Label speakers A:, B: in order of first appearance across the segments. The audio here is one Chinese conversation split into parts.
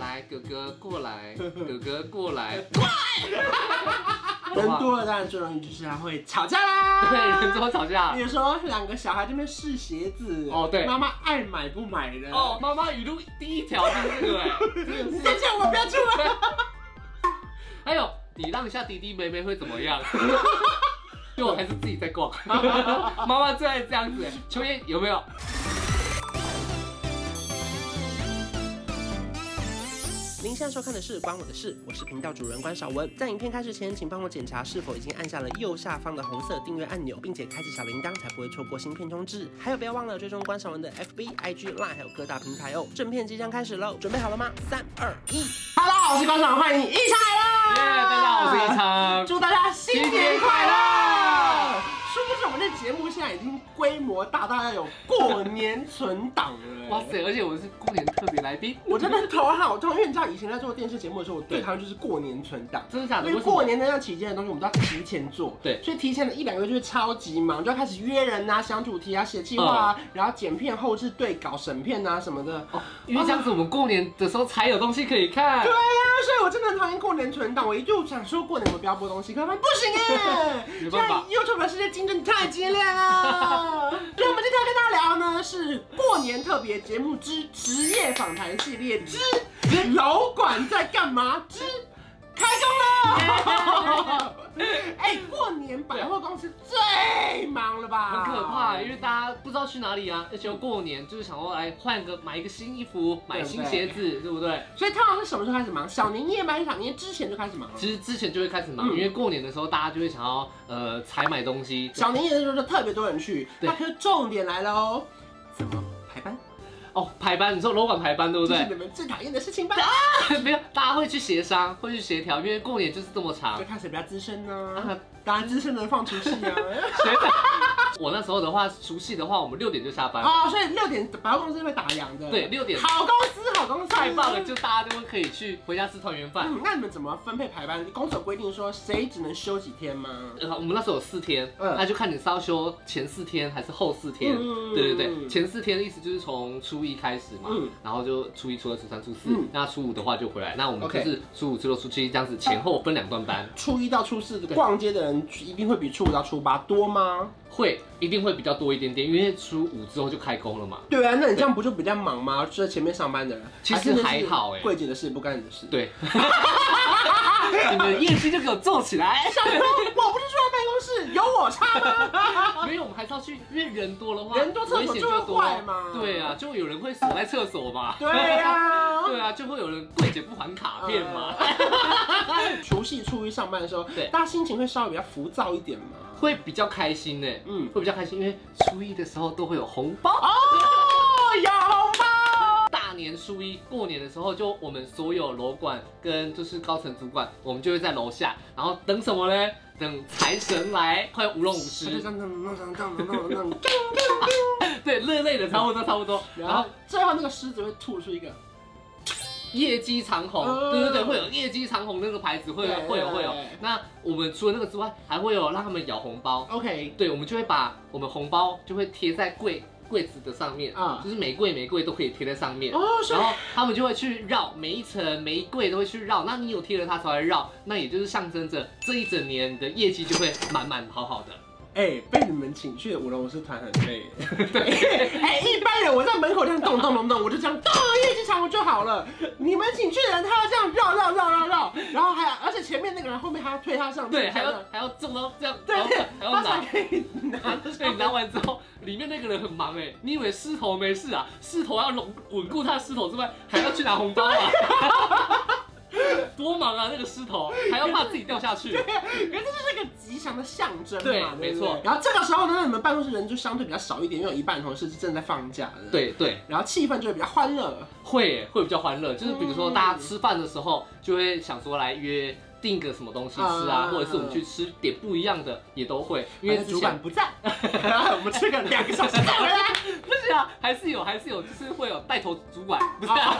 A: 来，哥哥过来，哥哥过来，快！
B: 人多了当然最容易就是他会吵架啦。
A: 对，人多吵架
B: 比。如说两个小孩这边试鞋子，
A: 哦对
B: 妈妈爱买不买的。
A: 哦，，妈妈语录第一条就是这个哎，真的
B: 再
A: 是。
B: 叫我不要出来。
A: 还有，哎你让一下弟弟妹妹会怎么样？就我还是自己在逛，妈妈最爱这样子哎。秋叶有没有？
B: 您现在收看的是《关我的事》，我是频道主人关少文。在影片开始前，请帮我检查是否已经按下了右下方的红色订阅按钮，并且开启小铃铛，才不会错过新片通知。还有，不要忘了追踪关少文的 FB、IG、Line，还有各大平台哦。正片即将开始喽，准备好了吗？三、二、一，Hello，我是关少文，欢迎你一起
A: 耶，
B: 来啦！
A: 大家好，我是一 昌。
B: 祝大家新年快
A: 新
B: 乐！说不准我们这节目现在已经规模大到要有过年存档了、欸
A: 哇！塞，而且我是过年特别来宾，
B: 我真的头好痛，因为你知道以前在做电视节目的时候，我最讨厌就是过年存档。
A: 真的假的？
B: 因
A: 为
B: 为
A: 什么
B: 过年那段期间的东西，我们都要提前做，
A: 对
B: 所以提前的一两个月就是超级忙，就要开始约人啊、想主题啊、写计划啊，然后剪片、后置对稿、审片啊什么的。
A: 哦，因为这样子我们过年的时候才有东西可以看
B: 对。 啊，所以我真的很讨厌过年存档，我一度想说过年我们不要播东西，可是发现不 行哎、
A: 没
B: 现在
A: 办法
B: YouTube 的世界竞争太激 烈了。所以我们今天要跟大家聊呢是过年特别节目之职业访谈系列之
A: 嗯
B: 楼管在干嘛之开 工了。哎、过年百货公司最忙了吧？
A: 很可怕，因为大家不知道去哪里啊，而且又过年就是想要来换个买一个新衣服，买新鞋子，对不对？
B: 所以通常是什么时候开始忙？小年夜吗？还是小年夜之前就开始忙了？
A: 其实之前就会开始忙，
B: 嗯
A: 因为过年的时候大家就会想要呃采买东西。
B: 小年夜的时候就特别多人去，
A: 对
B: 那可是重点来了哦，怎么排班？
A: 哦，排班，你说楼管排班对不 啊
B: 这是
A: 对？
B: 你们最讨厌的事情吧？
A: 没有，大家会去协商，会去协调，因为过年就是这么长
B: 就。看谁比较资深
A: 啊
B: 呢？当然资深的放出戏 啊！
A: 谁我那时候的话，除夕的话，我们六点就下班。
B: 哦，所以六点百货公司会打烊的。
A: 对，，六点
B: 好公司，好公司，
A: 太棒了，就大家就可以去回家吃团圆饭。
B: 嗯，那你们怎么分配排班？工作规定说谁只能休几天吗？
A: 呃，我们那时候有四天，
B: 嗯
A: 那就看你是要休前四天还是后四天。
B: 嗯
A: 对对对，前四天的意思就是从初一开始嘛，
B: 嗯
A: 然后就初一、初二、初三、初四，
B: 嗯
A: 那初五的话就回来。那我们就
B: OK
A: 是初五、初六、初七这样子前后分两段班，
B: 初一到初四逛街的人一定会比初五到初八多吗？
A: 会一定会比较多一点点，因为初五之后就开工了嘛。
B: 对啊，那你这样不就比较忙吗？就在前面上班的人，
A: 其实
B: 是那是
A: 还好欸
B: 柜姐的事不干你的 事。
A: 对， 你们的业绩就给我做起来。
B: 我不是坐在办公室，有我差 吗？
A: 没有，我们还是要去，因为人多的话，
B: 人多厕所
A: 危险
B: 就会
A: 多
B: 坏嘛
A: 对啊，就有人会锁在厕所嘛。
B: 对呀、
A: 对啊，就会有人柜姐不还卡片嘛。
B: 嗯除夕初一上班的时候，
A: 对
B: 大家心情会稍微比较浮躁一点嘛。
A: 会比较开心呢、
B: 嗯
A: 嗯，会比较开心，因为初一的时候都会有红包，
B: 哦，有红包，
A: 大年初一过年的时候，就我们所有楼管跟就是高层主管，我们就会在楼下，然后等什么呢？等财神来，快舞龙舞 狮，对，热泪的差不多差不多，然
B: 然
A: 后
B: 后最后那个狮子会吐出一个，
A: 业绩长虹，
B: 嗯
A: 对对对，会有业绩长虹那个牌子，会有
B: 对
A: 会有会有
B: 对。
A: 那我们除了那个之外，还会有让他们咬红包，
B: OK，
A: 对，我们就会把我们红包就会贴在柜柜子的上面
B: 啊
A: 啊，就是每柜每柜都可以贴在上面。
B: 哦，所
A: 然
B: 以
A: 后他们就会去绕每一层每一柜都会去绕，那你有贴了它才会绕，那也就是象征着这一整年你的业绩就会满满好好的。
B: 哎，被你们请去的舞龙舞狮团很累。对， 哎，一般人我在门口这样动动动动，我就这样动业绩长虹就好了。你们请去的人，他要这样绕绕绕绕绕，然后还有，而且前面那个人后面还要推他上去，
A: 对，还
B: 这
A: 要
B: 样
A: 还要中到这样，
B: 对
A: 然后，还要
B: 他才
A: 拿。
B: 可以拿得
A: 所以
B: 上
A: 你拿完之后，里面那个人很忙哎、你以为狮头没事啊？狮头要拢稳固他的狮头之外，还要去拿红包啊， 多忙啊！那个狮头还要怕自己掉下去。
B: 因为这就是个吉祥的象征嘛，
A: 对
B: 对不对
A: 没错
B: 然后这个时候呢，你们办公室人就相对比较少一点，因为有一半同事是正在放假的。。
A: 对对，
B: 然后气氛就会比较欢乐，
A: 会耶会比较欢乐，就是比如
B: 嗯
A: 说大家吃饭的时候，就会想说来约订个什么东西吃啊，
B: 嗯
A: 或者是我们去吃点不一样的，也都会。因
B: 因
A: 为
B: 为
A: 之
B: 主
A: 前
B: 管不在， 我们吃个两个小时再回来。 哦
A: 不是啊，还是有还是有，就是会有带头主管，不是啊？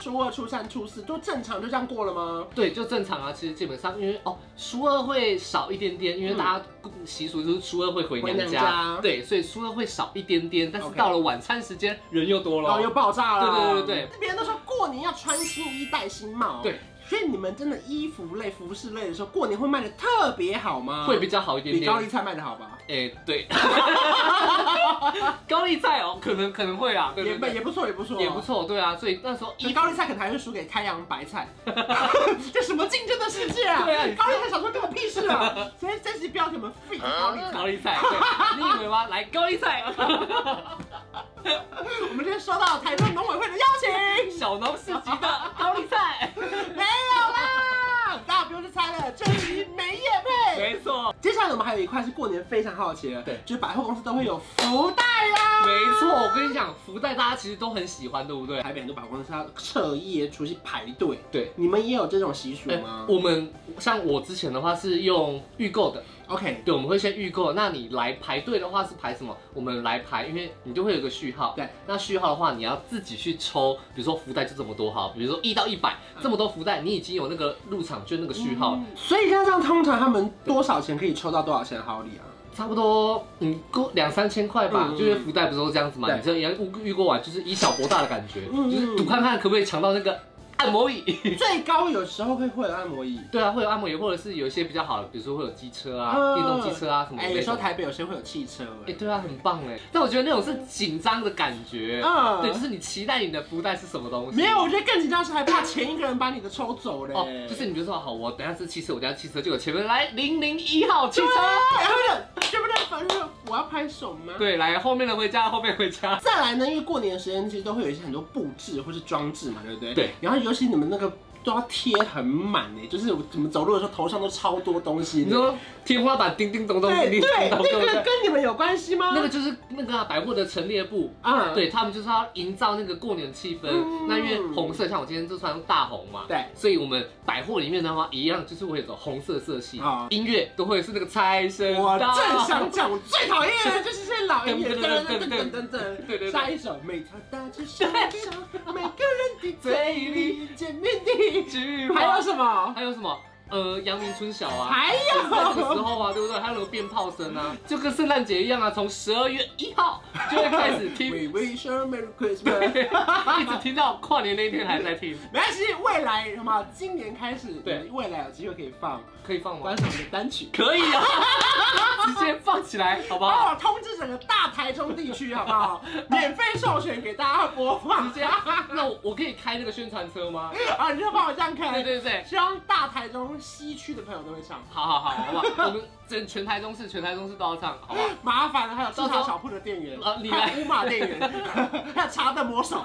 B: 初初二、初三、初四都正常就这样过了吗？
A: 对，就正常啊。其实基本上，因为哦，初二会少一点点，因为
B: 嗯
A: 大家习俗就是初二会回
B: 回
A: 娘
B: 娘
A: 家，
B: 家
A: 对，所以初二会少一点点，但是
B: OK
A: 到了晚餐时间人又多
B: 然后又
A: 了。
B: 爆炸了。
A: 对对对对
B: 对，别人都说过年要穿新衣戴新帽，
A: 对，
B: 所以你们真的衣服类、服饰类的时候，过年会卖的特别好吗？
A: 会比较好一点
B: 比
A: 点
B: 高，丽菜卖的好吧？
A: 哎、对， 高丽菜哦，可能可能会啊，对
B: 也
A: 对
B: 不
A: 对
B: 也不错，也不错，
A: 也不。错，对啊，所以那时候
B: 以
A: 一
B: 高丽菜可能还是输给开洋白菜， 这什么竞争的世界啊！
A: 对啊你
B: 高丽菜想说跟我屁事啊！所以这期标题我们 free 高丽菜
A: 高，丽菜，对你以为吗？来高丽 菜，
B: 我们今天收到台中农委会的邀请，
A: 小农市集的高丽 菜，
B: 没有啦，大家不用去猜了，这期没叶配。
A: 没错，
B: 接下来我们还有一块是过年非常好奇的，
A: 对
B: 就是百货公司都会有福袋啊啦。
A: 没错，我跟你讲，福袋大家其实都很喜欢，对不对？
B: 台北很多百货公司它彻夜出去排队，
A: 对，
B: 你们也有这种习俗
A: 哎
B: 吗、
A: 我们像我之前的话是用预购的，
B: o k
A: 对，我们会先预购。那你来排队的话是排什么？我们来排，因为你就会有个序号。
B: 对，
A: 那序号的话，你要自己去抽，比如说福袋就这么多哈，比如说一到一百
B: 嗯
A: 这么多福袋，你已经有那个入场券那个序号了，
B: 所以像这样，通常他们多少钱可以抽到多少钱的好礼啊？
A: 差不多嗯过两三千块吧
B: 嗯，
A: 就是福袋不是都这样子嘛？
B: 对
A: 你这也要预预购完，就是以小博大的感觉，
B: 嗯
A: 就是赌看看可不可以抢到那个按摩椅。
B: 最高有时候会会有按摩椅，
A: 对啊，会有按摩椅，或者是有一些比较好的，比如说会有机车啊、
B: 嗯
A: 电动机车啊什么
B: 哎、
A: 的。
B: 有时候台北有些会有汽车、
A: 哎、
B: 哎、
A: 对啊，很棒哎。但我觉得那种是紧张的感觉，
B: 嗯
A: 啊对，就是你期待你的福袋是什么东西。
B: 没有，哎我觉得更紧张是还怕前一个人把你的抽走嘞、
A: 哦，就是你比如说好，我等一下是汽车，我等一下汽车，结果前面来零零一号汽
B: 对
A: 车，
B: 啊，然后就对不对？反正我要拍手吗？
A: 对，来后面的回家，后面回家。
B: 再来呢，因为过年的时间其实都会有一些很多布置或是装置嘛，对不对？
A: 对。
B: 然后尤其你们那个都要贴很满呢，就是我怎么走路的时候头上都超多东西
A: 你
B: 的。
A: 说天花板叮叮咚咚，
B: 对
A: 叮叮
B: 对，
A: 咚
B: 那
A: 咚，对不
B: 个
A: 对？
B: 跟你们有关系吗？
A: 那个就是那个啊百货的陈列部，
B: 啊，
A: 对他们就是要营造那个过年的气氛。
B: 嗯
A: 那因为红色，像我今天就穿大红嘛，
B: 对
A: 所以我们百货里面的话一样就是会有种红色色系
B: 好，
A: 音乐都会是那个财神到。
B: 啊我正想讲，我最讨厌的就是这些老音乐，
A: 噔
B: 噔
A: 噔噔
B: 噔噔
A: 噔
B: 噔噔
A: 对
B: 噔。
A: 对对
B: 下一首，每条大街小巷，每个人的嘴里见面的。
A: 菊
B: 还
A: 花
B: 有什么？
A: 还有什么？呃，阳明春晓啊，
B: 还
A: 就是在这个时
B: 有。
A: 候啊，对不对？还有那个鞭炮声啊，就跟圣诞节一样啊，从十二月一号就会开始听，
B: We wish you a Merry Christmas。
A: 一直听到跨年那一天还在听，
B: 没关系，未来什么？今年开始，
A: 对
B: 你未来有机会可以放
A: 可以放吗
B: 观？赏我们的单曲，
A: 可以啊， 直接放起来，好不好？
B: 帮我通知整个大台中地区，好不好？免费授权给大家播放
A: 直。接， 那我我可以开那个宣传车吗？
B: 啊，你就帮我这样看
A: 对。对对，
B: 希望大台中西区的朋友都会上，
A: 好好好，好不好？我们整全台中市，全台中市都要唱，好不好？
B: 麻烦了，还有制造小铺的店员，
A: 啊你来
B: 还有乌马店 员，还有茶的魔手。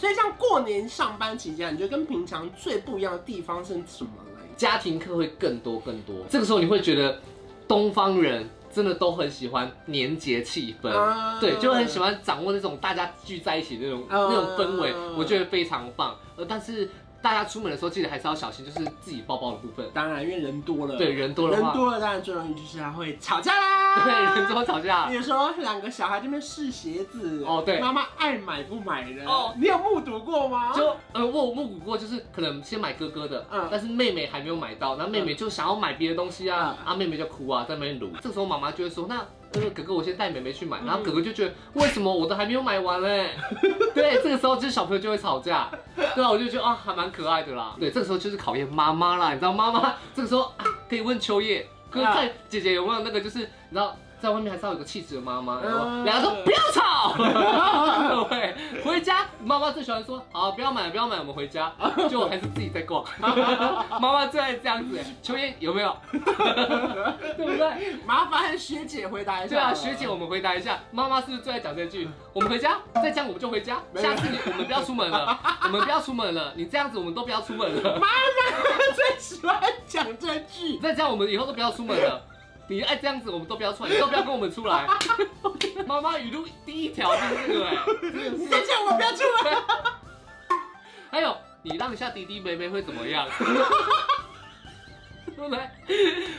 B: 所以像过年上班期间，你觉得跟平常最不一样的地方是什么呢？
A: 家庭课会更多更多，这个时候你会觉得东方人真的都很喜欢年节气氛。
B: 啊
A: 对，就很喜欢掌握那种大家聚在一起的那种、
B: 嗯
A: 那种氛围，我觉得非常棒。呃，但是大家出门的时候，记得还是要小心，就是自己包包的部分。
B: 当然，因为人多了，
A: 对，，人多的
B: 人
A: 话，
B: 多了当然最容易就是他会吵架啦。
A: 对，人多吵架
B: 比。如说两个小孩这边试鞋子，
A: 哦对
B: 妈妈爱买不买的，
A: 哦
B: 哦，你有目睹过吗？
A: 就呃，我有目睹过，就是可能先买哥哥的，
B: 啊嗯
A: 但是妹妹还没有买到，然后妹妹就想要买别的东西啊，
B: 嗯
A: 啊，妹妹就哭啊，在那边撸。这时候妈妈就会说，那呃，哥哥我先带妹妹去买，
B: 嗯
A: 然后哥哥就觉得为什么我都还没有买完 嘞？对，这个时候就是小朋友就会吵架，对啊，我就觉得啊，还蛮可爱的啦。对，这个时候就是考验妈妈啦，你知道妈妈 这个时候、啊可以问秋叶，哥
B: 啊
A: 在姐姐有没有那个就是你知道。在外面还是要有个气质的妈啊妈，然后
B: 嗯
A: 两个说不要吵，对，回家妈妈最喜欢说好，不要买，不要买，我们回家。结果还是自己在逛， 妈妈最爱这样子。秋叶有没有？ 对不对？
B: 麻烦学姐回答一下。
A: 对啊，学姐，我，们回答一下，妈妈是不是最爱讲这句？我们回家，再这样我们就回家。
B: 没有
A: 下次你我们不要出门了，我们不要出门了。你这样子我们都不要出门了，
B: 最喜欢讲这 句，
A: 再这样我们以后都不要出门了。你爱这样子，我们都不要出来，你都不要跟我们出来。妈妈语录第一条就是这个哎、
B: 你再叫我不要出来。
A: 还有，你让一下弟弟妹妹会怎么样？ 对不对？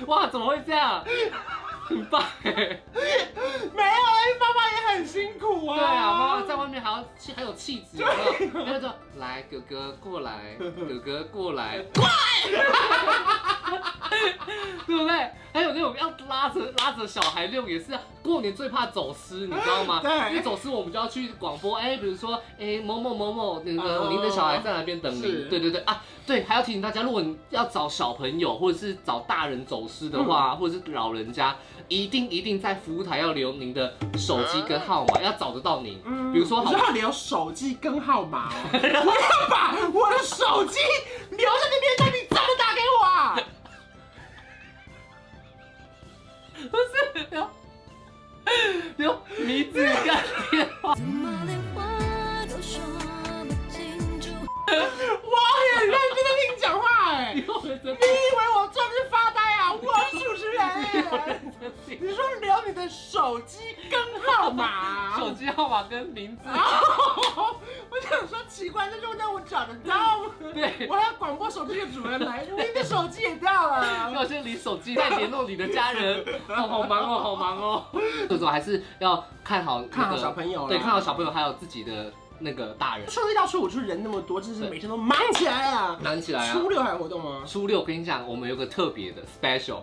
A: 哇，怎么会这样？很棒哎、
B: 没有，因为妈妈也很辛苦啊。
A: 对啊，妈妈在外外面还要气，还有气质，有没有？然后就来哥哥过 来，哥哥过来，过来， 对不对？还有那种要拉着拉着小孩那种也是啊，过年最怕走失，你知道吗？
B: 对
A: 因为走失我们就要去广播，哎，比如说，哎某某某某那
B: 哦
A: 个您的小孩在哪边等
B: 是
A: 您？对对对啊，对，还要提醒大家，如果你要找小朋友或者是找大人走失的话，或者是老人家，一定一定在服务台要留您的手机跟号码，要找得到您。
B: 嗯
A: 比如说
B: 你
A: 好
B: 知道留手机跟号码、哦，我要把我的手机留在那边，那你怎么打给我啊？
A: 不是留留名字跟 电话，
C: 怎么连话都说不清楚？
B: 我很认真的听你讲话哎、
A: 因为我真的
B: 你以为我专门是发呆啊？我是主持人哎、
A: 不
B: 你说留你的手机跟号码，啊
A: 手机号码跟名字，
B: 我想说奇怪，那就让我找得到吗？
A: 对
B: 我还要广播手机的主人来，你的手机也掉了。
A: 要先离手机再联络你的家人，哦，好忙哦，好忙 哦。这种还是要看好那个
B: 看好小朋友啦
A: 对，看好小朋友，还有自己的那个大人，
B: 初一到初五就是人那么多，真是每天都忙起来啊。
A: 忙起来啊。
B: 初六还有活动吗？
A: 初六，我跟你讲，我们有个特别的 special，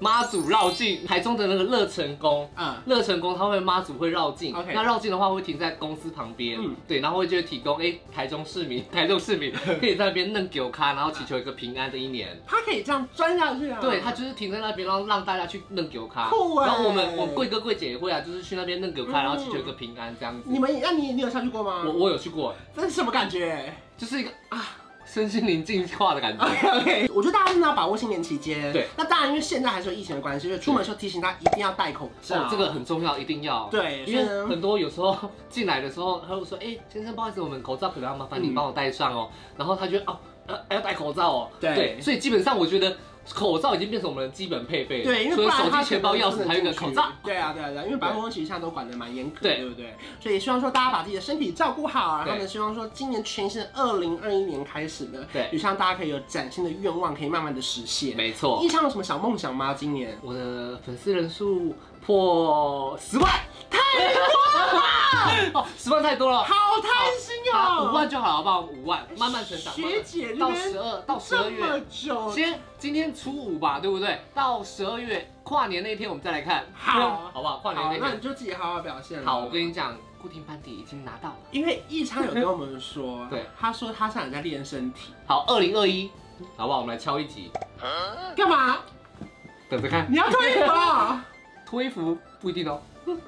A: 妈祖绕境，台中的那个乐成宫。
B: 啊，
A: 乐成宫，它会妈祖会绕境
B: OK
A: 那绕境的话会停在公司旁边，
B: 嗯
A: 对，然后会就会提供哎、台中市民，台中市 民可以在那边弄酒咖，然后祈求一个平安的一年。
B: 他可以这样钻下去啊。
A: 对，他就是停在那边，然后让大家去弄酒咖。
B: 酷欸
A: 然后我们我贵哥贵姐也会啊，就是去那边弄酒咖，然后祈求一个平安这样子。
B: 嗯你们，那你你有下去过吗？
A: 我我有去过，
B: 这是什么感觉
A: 就是一个啊身心灵净化的感觉。
B: ？OK OK，我觉得哎大家真的要把握新年期间。
A: 对，
B: 那当然，因为现在还是有疫情的关系，所以出门的时候提醒大家一定要戴口罩。
A: 哦，这个很重要，一定要。
B: 对啊
A: 因
B: 所以
A: 为
B: 呢
A: 很多有时候 进来的时候，他会说：“哎、先生，不好意思，我们口罩可能要麻烦你
B: 嗯
A: 帮我戴上哦。然后他就哦，呃要戴口罩哦。
B: 对
A: 所以基本上我觉得口罩已经变成我们的基本配备了。
B: 对，因为
A: 所
B: 不
A: 以
B: 然
A: 手
B: 他
A: 机、钱包、钥匙还有一个口罩。
B: 对啊，对啊，对啊，因为百货公司其实现在都管得蛮严格的，
A: 对
B: 对不对？所以希望说大家把自己的身体照顾好啊。
A: 对
B: 然后呢，希望说今年全新的二零二一年开始呢，
A: 对
B: 也希望大家可以有崭新的愿望，可以慢慢的实现。
A: 没错
B: 一，昌有什么小梦想吗？今年？
A: 我的粉丝人数破十万，太多了，哦，十万太多了。
B: 好贪心
A: 啊，
B: 哦，
A: 五万就好了，好不好？五万，慢慢成长。慢慢
B: 学姐这
A: 到
B: 边
A: 十二，到十
B: 这
A: 二月
B: 么久，
A: 先今天初五吧，对不对？到十二月跨年那一天我们再来看，
B: 好
A: 好不好？跨
B: 好，
A: 年那
B: 那
A: 天
B: 你，就自己好好表现了。
A: 好，我跟你讲，固定班底已经拿到了。
B: 因为一昌有跟我们说，
A: 对，
B: 他说他现在在练身体，
A: 好，二零二一，好不好？我们来敲一集，
B: 干嘛？
A: 等着看
B: 你。要脱衣服 啊？
A: 脱衣服不一定哦，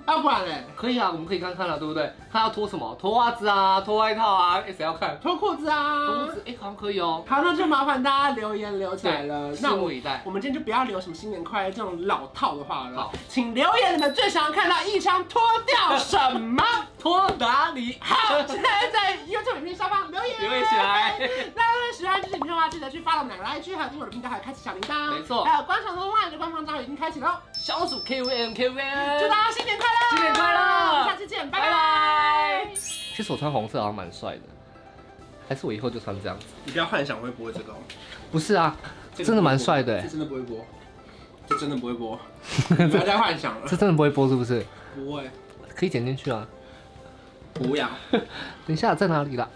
B: 要不然嘞？
A: 可以啊，我们可以看看了，对不对？看要脱什么，脱袜子啊，脱外套啊，哎，谁要看？
B: 脱裤子
A: 脱
B: 啊
A: 裤？子，哎，好像可以哦。
B: 好，那就麻烦大家留言留起来了。那
A: 拭目
B: 我
A: 以待。
B: 我们今天就不要留什么新年快乐这种老套的话了
A: 好。
B: 请留言你们最想要看到一枪脱掉什 么？
A: 脱哪里？
B: 好，现在在 YouTube 影片下方留言。
A: 留言起来
B: 那如果喜欢这支影片的话，记得去 follow 奶奶 IG，还有订阅我的频道，还有开启小铃铛。
A: 没错
B: 还有观赏的 LINE 的官方账号已经开启喽。
A: 小鼠 K V M K V
B: 祝
A: N。
B: 大家新年快乐！
A: 新年快乐
B: 我们下次见，拜
A: 拜
B: 拜
A: 拜。其实我穿红色好像蛮帅的，还是我以后就穿这样子？
B: 你不要幻想我会播这个哦，
A: 不是啊，
B: 这个
A: 真的蛮
B: 不会播
A: 帅的欸
B: 这真的不会播，这真的不会播， 你不要再幻想了
A: 这，真的不会播是不是？
B: 不会，
A: 可以剪进去啊。
B: 不要。
A: 等一下在哪里啦？